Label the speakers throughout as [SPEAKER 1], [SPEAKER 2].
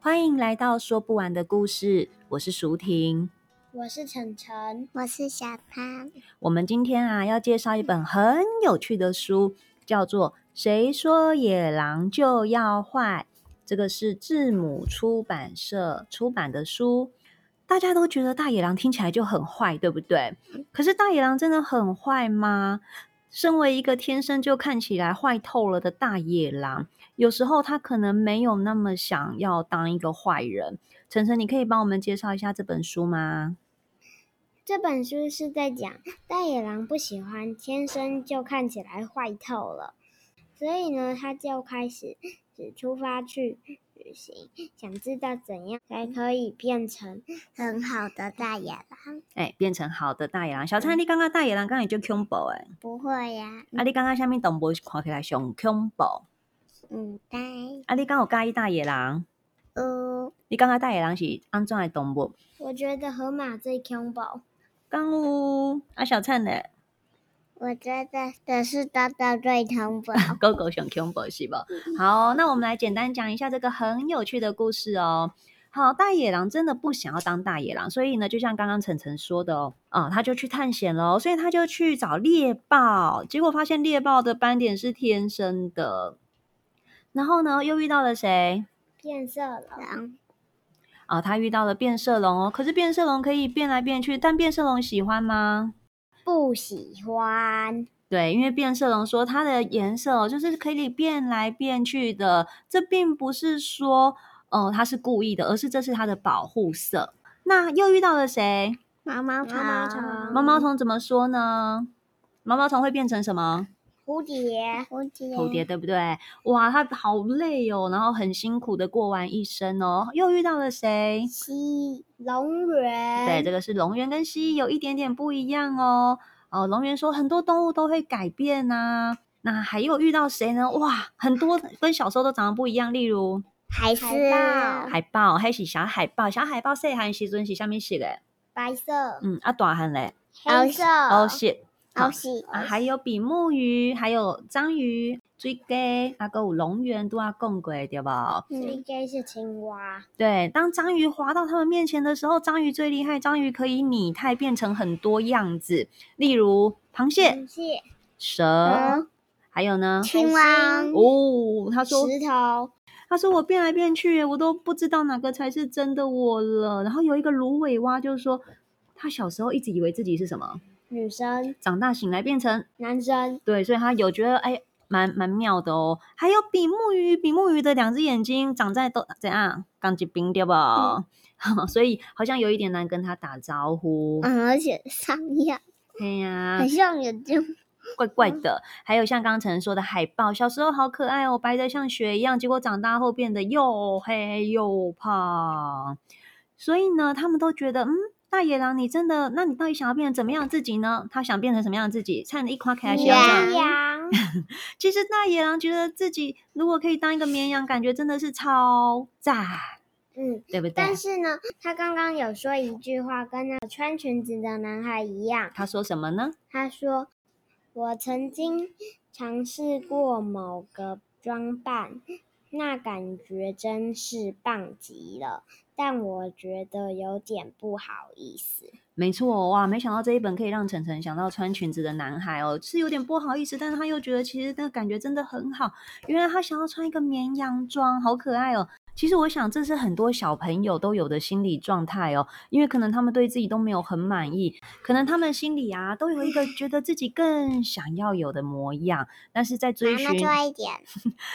[SPEAKER 1] 欢迎来到说不完的故事，我是淑婷。
[SPEAKER 2] 我是晨晨，
[SPEAKER 3] 我是小潘，
[SPEAKER 1] 我们今天啊要介绍一本很有趣的书，叫做《谁说野狼就要坏》，这个是字母出版社出版的书。大家都觉得大野狼听起来就很坏，对不对？可是大野狼真的很坏吗？身为一个天生就看起来坏透了的大野狼，有时候他可能没有那么想要当一个坏人。晨晨，你可以帮我们介绍一下这本书吗？
[SPEAKER 2] 这本书是在讲大野狼不喜欢天生就看起来坏透了，所以呢，他就开始只出发去旅行，想知道怎样才可以变成
[SPEAKER 3] 很好的大野狼。
[SPEAKER 1] 哎，变成好的大野狼。小灿，你刚刚大野狼刚才就恐怖哎，
[SPEAKER 2] 嗯
[SPEAKER 3] 不会呀、
[SPEAKER 1] 啊你刚刚下面动物看起来上恐怖，
[SPEAKER 3] 嗯，对，
[SPEAKER 1] 啊你刚有介意大野狼？
[SPEAKER 3] 呃，
[SPEAKER 1] 你刚刚大野狼是安怎的动物？
[SPEAKER 2] 哦我觉得河马最恐怖，
[SPEAKER 1] 刚有啊小灿呢？
[SPEAKER 3] 我觉得的是豆豆最通宝。
[SPEAKER 1] 狗狗熊恐怖是吧？好，那我们来简单讲一下这个很有趣的故事哦。好，大野狼真的不想要当大野狼，所以呢，就像刚刚晨晨说的哦，啊、他就去探险喽，所以他就去找猎豹，结果发现猎豹的斑点是天生的，然后呢，又遇到了谁？
[SPEAKER 2] 变色了，
[SPEAKER 3] 狼
[SPEAKER 1] 啊，他遇到了变色龙哦，可是变色龙可以变来变去，但变色龙喜欢吗？
[SPEAKER 2] 不喜欢。
[SPEAKER 1] 对，因为变色龙说它的颜色哦就是可以变来变去的，这并不是说哦、呃、它是故意的，而是这是它的保护色。那又遇到了谁？
[SPEAKER 3] 毛毛虫，
[SPEAKER 2] 毛虫
[SPEAKER 1] 毛毛虫怎么说呢？毛毛虫会变成什么？
[SPEAKER 2] 蝴蝶，
[SPEAKER 3] 蝴蝶，
[SPEAKER 1] 蝴蝶，对不对？哇，它好累哦，然后很辛苦的过完一生哦。又遇到了谁？
[SPEAKER 2] 蜥龙
[SPEAKER 1] 对，
[SPEAKER 2] 人，
[SPEAKER 1] 这个是龙源跟蜥蜴有一点点不一样哦。哦，龙源说很多动物都会改变呐、那还有遇到谁呢？哇，很多跟小时候都长得不一样，例如
[SPEAKER 3] 海
[SPEAKER 2] 海豹
[SPEAKER 3] 狮，
[SPEAKER 1] 海豹，还是小海豹，小海豹细汉时阵是啥物色的？
[SPEAKER 2] 白色、
[SPEAKER 1] 嗯，啊大汉嘞，
[SPEAKER 2] 黑色、嗯
[SPEAKER 1] 哦是
[SPEAKER 3] 好喜，
[SPEAKER 1] 啊，还有比目鱼，还有章鱼、水鸡，啊，还有龙源都要讲过对吧？
[SPEAKER 2] 最该是青蛙。
[SPEAKER 1] 对，当章鱼滑到他们面前的时候，章鱼最厉害，章鱼可以拟态变成很多样子，例如螃蟹、
[SPEAKER 2] 螃蟹、
[SPEAKER 3] 嗯
[SPEAKER 1] 蛇，还有呢，
[SPEAKER 3] 青蛙
[SPEAKER 2] 海，星
[SPEAKER 1] 哦，他说，
[SPEAKER 2] 石头、
[SPEAKER 1] 他说我变来变去，我都不知道哪个才是真的我了。然后有一个芦苇蛙就说，他小时候一直以为自己是什么，
[SPEAKER 2] 女生、
[SPEAKER 1] 长大醒来变成
[SPEAKER 2] 男生、
[SPEAKER 1] 对，所以他有觉得哎，蛮蛮妙的哦。还有比目鱼，比目鱼的两只眼睛长在都怎样？钢筋冰掉吧， 所以好像有一点难跟他打招呼。
[SPEAKER 2] 啊
[SPEAKER 3] 嗯，而且上样，
[SPEAKER 1] 对呀、
[SPEAKER 2] 哎
[SPEAKER 3] 很像眼 睛，
[SPEAKER 1] 怪怪
[SPEAKER 2] 嗯
[SPEAKER 1] 的。还有像刚才说的海豹，小时候好可爱哦，白的像雪一样，结果长大后变得又黑又胖。所以呢，他们都觉得，嗯，大野狼，你真的，那你到底想要变成怎么样的自己呢？他想变成什么样的自己？差点一夸开来想
[SPEAKER 3] 绵
[SPEAKER 1] 想
[SPEAKER 3] 羊。
[SPEAKER 2] 羊、
[SPEAKER 1] 其实大野狼觉得自己如果可以当一个绵羊，感觉真的是超赞，
[SPEAKER 2] 嗯，
[SPEAKER 1] 对不对？
[SPEAKER 2] 但是呢，他刚刚有说一句话，跟那个穿裙子的男孩一样，
[SPEAKER 1] 他说什么呢？
[SPEAKER 2] 他说：“我曾经尝试过某个装扮，那感觉真是棒极了，但我觉得有点不好意思。
[SPEAKER 1] 没错，哇，没想到这一本可以让晨晨想到穿裙子的男孩哦，是有点不好意思，但是他又觉得其实那个感觉真的很好。原来他想要穿一个绵羊装，好可爱哦。其实我想这是很多小朋友都有的心理状态哦，因为可能他们对自己都没有很满意，可能他们心里啊都有一个觉得自己更想要有的模样，但是在追
[SPEAKER 2] 啊
[SPEAKER 3] 妈妈
[SPEAKER 1] 寻
[SPEAKER 3] 多一点，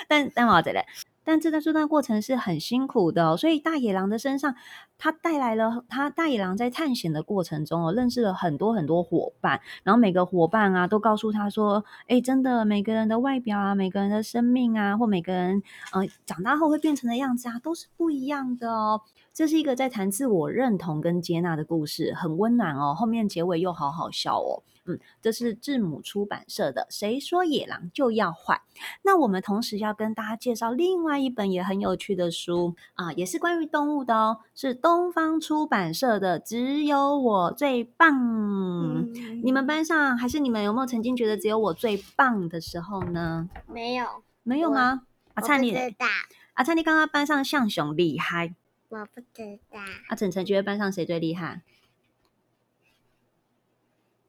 [SPEAKER 1] 但但我这嘞，但这段这段过程是很辛苦的哦、所以大野狼的身上，他带来了他大野狼在探险的过程中哦，认识了很多很多伙伴，然后每个伙伴啊都告诉他说，哎，真的每个人的外表啊，每个人的生命啊，或每个人呃长大后会变成的样子啊，都是不一样的哦。这是一个在谈自我认同跟接纳的故事，很温暖哦。后面结尾又好好笑哦。嗯，这是字母出版社的《谁说野狼就要坏》。那我们同时要跟大家介绍另外一本也很有趣的书啊、也是关于动物的哦，是东方出版社的《只有我最棒》。
[SPEAKER 2] 嗯
[SPEAKER 1] 你们班上还是你们有没有曾经觉得只有我最棒的时候呢？
[SPEAKER 2] 没有，
[SPEAKER 1] 没有
[SPEAKER 3] 我
[SPEAKER 1] 吗？阿
[SPEAKER 2] 哦
[SPEAKER 3] 我
[SPEAKER 1] 灿
[SPEAKER 3] 不
[SPEAKER 1] 你
[SPEAKER 3] 知
[SPEAKER 1] 嘞，
[SPEAKER 3] 道，
[SPEAKER 1] 阿灿你刚刚班上向雄厉害，
[SPEAKER 3] 我不知道，
[SPEAKER 1] 阿晨晨觉得班上谁最厉害？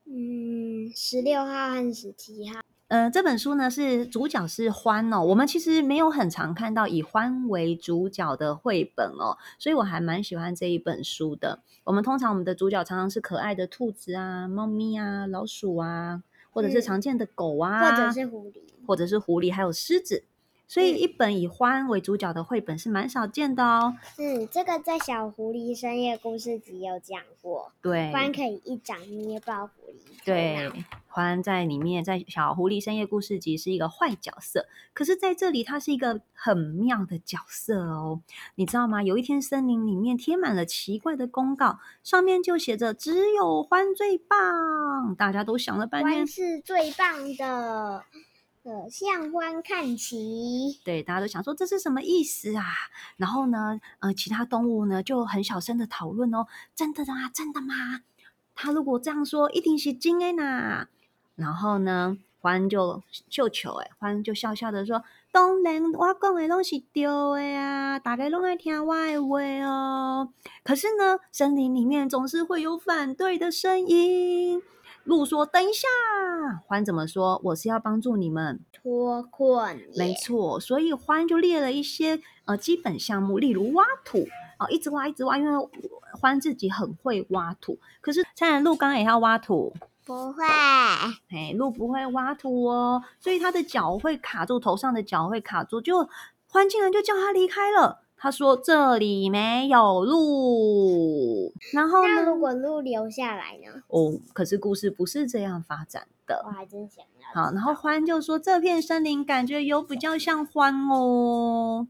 [SPEAKER 2] 嗯，十六号和十七号，
[SPEAKER 1] 呃，这本书呢是主角是欢哦，我们其实没有很常看到以欢为主角的绘本哦，所以我还蛮喜欢这一本书的。我们通常我们的主角常常是可爱的兔子啊、猫咪啊、老鼠啊，或者是
[SPEAKER 2] 嗯
[SPEAKER 1] 常见的狗啊，
[SPEAKER 2] 或者是狐狸。
[SPEAKER 1] 或者是狐狸，还有狮子。所
[SPEAKER 2] 嗯
[SPEAKER 1] 以一本以欢为主角的绘本是蛮少见的哦。
[SPEAKER 2] 嗯，这个在《小狐狸深夜故事集》有讲过，
[SPEAKER 1] 对，
[SPEAKER 2] 獾可以一掌捏爆狐狸啊头
[SPEAKER 1] 对
[SPEAKER 2] 脑。，
[SPEAKER 1] 欢在里面，在小狐狸深夜故事集是一个坏角色，可是在这里他是一个很妙的角色哦。你知道吗？有一天森林里面贴满了奇怪的公告，上面就写着“只有欢最棒”，大家都想了半天
[SPEAKER 2] 獾，是最棒的，呃，向獾看齐。
[SPEAKER 1] 对，大家都想说这是什么意思啊？然后呢，呃，其他动物呢就很小声的讨论哦，真的啊，真的吗？他如果这样说，一定是真的呐。然后呢，欢就就求哎，欢就笑笑的说，当然我讲的都是对的啊，大家都爱听我的话哦。可是呢，森林里面总是会有反对的声音。鹿说：“等一下，欢怎么说？我是要帮助你们，
[SPEAKER 2] 脱困
[SPEAKER 1] 没
[SPEAKER 2] 耶，
[SPEAKER 1] 错，所以欢就列了一些呃基本项目，例如挖土哦，一直挖一直挖，因为欢自己很会挖土。可是蔡然鹿刚刚也要挖土，
[SPEAKER 3] 不会，
[SPEAKER 1] 哎，鹿不会挖土哦，所以他的脚会卡住，头上的脚会卡住，就欢竟然就叫他离开了。他说这里没有路，然后
[SPEAKER 2] 那
[SPEAKER 1] 呢？
[SPEAKER 2] 如果鹿留下来呢？
[SPEAKER 1] 哦，可是故事不是这样发展的
[SPEAKER 2] 我。还真想要。
[SPEAKER 1] 好，然后欢就说这片森林感觉有比较像欢哦。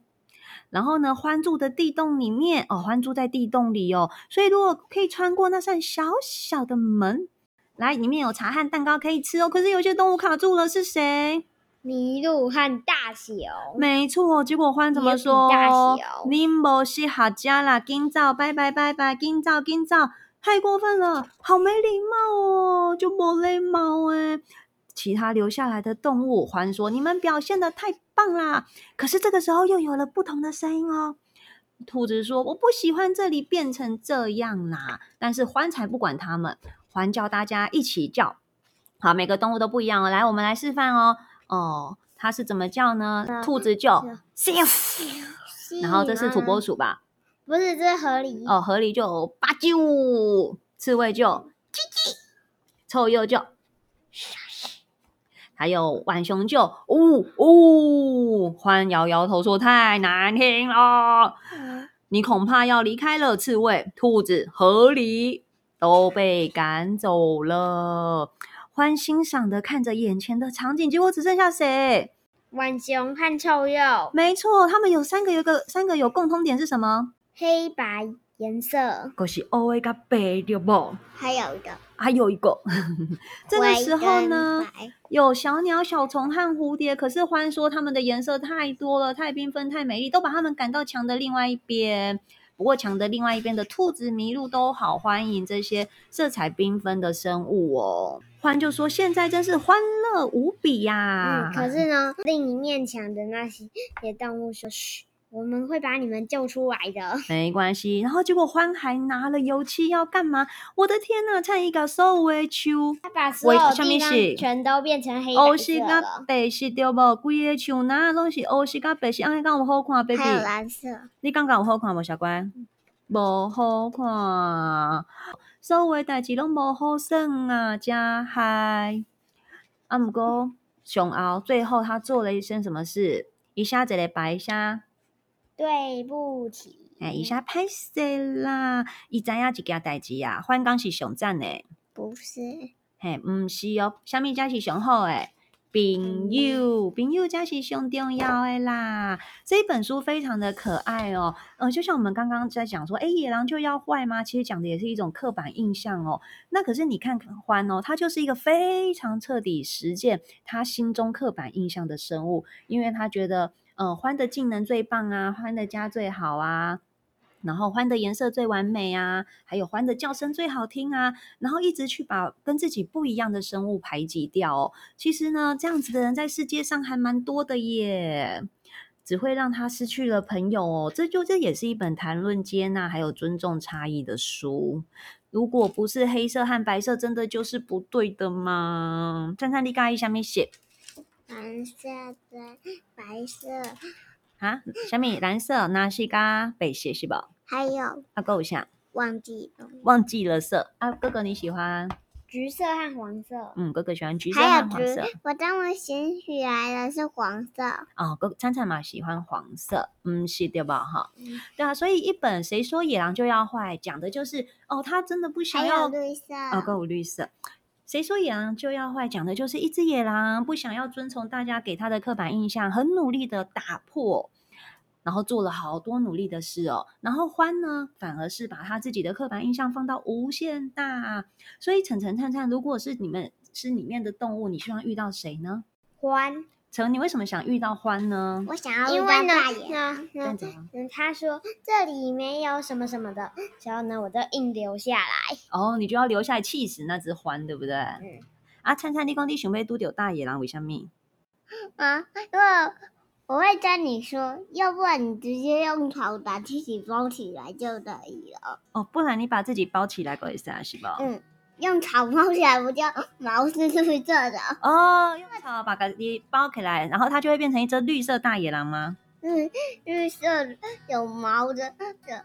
[SPEAKER 1] 然后呢，欢住的地洞里面哦，欢住在地洞里哦，所以如果可以穿过那扇小小的门，来，里面有茶和蛋糕可以吃哦。可是有些动物卡住了，是谁？
[SPEAKER 2] 麋鹿和大熊，
[SPEAKER 1] 没错，结果欢怎么说
[SPEAKER 2] 也比大小？
[SPEAKER 1] 你不是好家啦，今早拜拜拜拜，今早今早，太过分了，好没礼貌哦，就没礼貌哎。其他留下来的动物欢说：“你们表现的太棒啦！”可是这个时候又有了不同的声音哦。兔子说：“我不喜欢这里变成这样啦。”但是欢才不管他们，欢叫大家一起叫。好，每个动物都不一样哦。来，我们来示范哦。哦，它是怎么叫呢？兔子叫
[SPEAKER 2] 嗯
[SPEAKER 1] “siu”，然后这是土拨
[SPEAKER 2] 鼠，
[SPEAKER 1] 鼠吧？
[SPEAKER 2] 不是这是河狸。
[SPEAKER 1] 哦，河狸就“吧啾”，刺猬就“叽叽”，臭鼬就“还有浣熊就“呜呜”，欢摇摇头说：“太难听了，你恐怕要离开了。”刺猬、兔子、河狸都被赶走了。欢欣赏的看着眼前的场景，结果只剩下谁？
[SPEAKER 2] 浣熊和臭鼬，
[SPEAKER 1] 没错，他们有三个，有一个三个有共通点是什么？
[SPEAKER 2] 黑白颜色，
[SPEAKER 1] 就是 O A 加白对不？
[SPEAKER 3] 还有一个
[SPEAKER 1] 还有一 个，这个时候呢
[SPEAKER 3] 灰，跟白
[SPEAKER 1] 有小鸟、小虫和蝴蝶，可是欢说它们的颜色太多了，太缤纷、太美丽，都把它们赶到墙的另外一边。不过墙的另外一边的兔子、麋鹿都好欢迎这些色彩缤纷的生物哦。欢就说：“现在真是欢乐无比呀、
[SPEAKER 2] 嗯，可是呢，另一面墙的那些动物说：“嘘，我们会把你们救出来的。
[SPEAKER 1] 没关系。然后结果欢还拿了油漆要干嘛？我的天呐，差一个收尾秋”。
[SPEAKER 2] 他把所有
[SPEAKER 1] 我上
[SPEAKER 2] 地
[SPEAKER 1] 面
[SPEAKER 2] 方
[SPEAKER 1] 是哦
[SPEAKER 2] 全都变成黑
[SPEAKER 1] 黑
[SPEAKER 2] 白
[SPEAKER 1] 色
[SPEAKER 2] 色
[SPEAKER 1] 甲
[SPEAKER 2] 了，
[SPEAKER 1] 白色对无？规个树哪拢是黑色甲白色，安尼敢有好看，baby？
[SPEAKER 3] 还有蓝色，
[SPEAKER 1] 你感觉有好看无，小乖？无好看，所有代志拢无好耍啊，真嗨！啊，毋过上后最后他做了一件什么事？一下一个白虾，
[SPEAKER 2] 对不起。
[SPEAKER 1] 哎，一下拍谁啦？伊知影一件代志啊，反讲是上赞诶。
[SPEAKER 2] 不是，
[SPEAKER 1] 嘿，毋是哦，虾米才是上好诶？朋友，朋友才是上重要诶啦。这一本书非常的可爱哦，呃，就像我们刚刚在讲说，哎，野狼就要坏吗？其实讲的也是一种刻板印象哦。那可是你看欢哦，他就是一个非常彻底实践他心中刻板印象的生物，因为他觉得，呃，欢的技能最棒啊，欢的家最好啊，然后欢的颜色最完美啊，还有欢的叫声最好听啊，然后一直去把跟自己不一样的生物排挤掉哦。其实呢，这样子的人在世界上还蛮多的耶。只会让他失去了朋友哦，这就这也是一本谈论接纳还有尊重差异的书。如果不是黑色和白色，真的就是不对的吗？站站立咖一下面写
[SPEAKER 2] 蓝色的、白色，
[SPEAKER 1] 啊，下面蓝色那是咖北写是吧？
[SPEAKER 2] 还有
[SPEAKER 1] 啊，够一下，
[SPEAKER 2] 忘记了
[SPEAKER 1] 忘记了色啊，哥哥你喜欢？
[SPEAKER 2] 橘色和黄色，
[SPEAKER 1] 嗯，哥哥喜欢橘色
[SPEAKER 3] 还
[SPEAKER 1] 和
[SPEAKER 3] 有
[SPEAKER 1] 黄
[SPEAKER 3] 橘
[SPEAKER 1] 色。，
[SPEAKER 3] 我当我想起来的是黄色，
[SPEAKER 1] 哦，哥灿灿嘛喜欢黄色，嗯，是对吧？哈，
[SPEAKER 2] 嗯
[SPEAKER 1] 对啊，所以一本《谁说野狼就要坏》讲的就是哦，他真的不想
[SPEAKER 2] 哎
[SPEAKER 3] 还
[SPEAKER 1] 要
[SPEAKER 3] 有绿色。
[SPEAKER 1] 哦，跟我绿色。谁说野狼就要坏？讲的就是一只野狼不想要遵从大家给他的刻板印象，很努力的打破，然后做了好多努力的事哦。然后欢呢，反而是把他自己的刻板印象放到无限大。所以晨晨、灿灿，如果是你们是里面的动物，你希望遇到谁呢？
[SPEAKER 2] 欢。
[SPEAKER 1] 晨，你为什么想遇到欢呢？
[SPEAKER 2] 我想要
[SPEAKER 3] 因
[SPEAKER 2] 因
[SPEAKER 3] 为
[SPEAKER 2] 为
[SPEAKER 3] 呢
[SPEAKER 2] 呢
[SPEAKER 1] 这
[SPEAKER 2] 呢
[SPEAKER 1] 样子吗？
[SPEAKER 2] 呢，嗯他说这里没有什么什么的，然后呢，我就硬留下来。
[SPEAKER 1] 哦，你就要留下来气死那只欢，对不对？
[SPEAKER 2] 嗯
[SPEAKER 1] 啊，灿灿，你讲你想要拄着大野狼为什么？
[SPEAKER 3] 啊，因为我会跟你说，要不然你直接用头把自己包起来就可以了。
[SPEAKER 1] 哦，不然你把自己包起来，可以噻，是吧？
[SPEAKER 3] 嗯，用草包起来不就毛是绿色的？
[SPEAKER 1] 哦，用草把自己包起来，然后它就会变成一只绿色大野狼吗？
[SPEAKER 3] 嗯，绿色的有毛的的，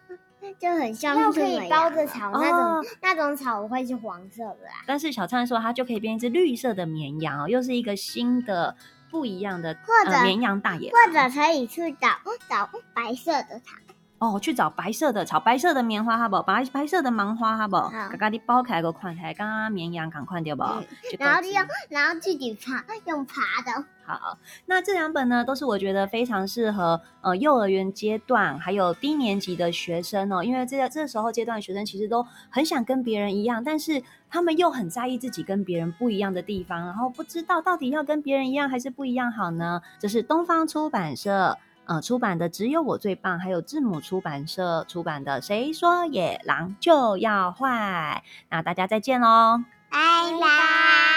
[SPEAKER 3] 就很像
[SPEAKER 2] 要
[SPEAKER 3] 是
[SPEAKER 2] 可
[SPEAKER 3] 这
[SPEAKER 2] 以
[SPEAKER 3] 样
[SPEAKER 2] 包着
[SPEAKER 3] 了
[SPEAKER 2] 草那种、
[SPEAKER 1] 哦
[SPEAKER 2] 那种草，我会是黄色的啊啦。
[SPEAKER 1] 但是小灿说它就可以变一只绿色的绵羊哦，又是一个新的不一样的
[SPEAKER 3] 或者
[SPEAKER 1] 呃、绵羊大野
[SPEAKER 3] 或
[SPEAKER 1] 狼。
[SPEAKER 3] 者可以去找找白色的草，
[SPEAKER 1] 哦，去找白色的草，白色的棉花哈不好，白白色的芒花哈不
[SPEAKER 3] 好
[SPEAKER 1] 好，
[SPEAKER 3] 嗯
[SPEAKER 1] 嘎嘎你包起来个款台，刚刚绵羊赶快掉不好？就
[SPEAKER 3] 然后
[SPEAKER 1] 够
[SPEAKER 3] 就
[SPEAKER 1] 吃
[SPEAKER 3] 用然后自己爬，用爬的。
[SPEAKER 1] 好，那这两本呢，都是我觉得非常适合呃幼儿园阶段还有低年级的学生哦，因为这这时候阶段的学生其实都很想跟别人一样，但是他们又很在意自己跟别人不一样的地方，然后不知道到底要跟别人一样还是不一样好呢？这是东方出版社。呃，出版的只有我最棒，还有字母出版社出版的《谁说野狼就要坏》，那大家再见喽。
[SPEAKER 3] 拜拜。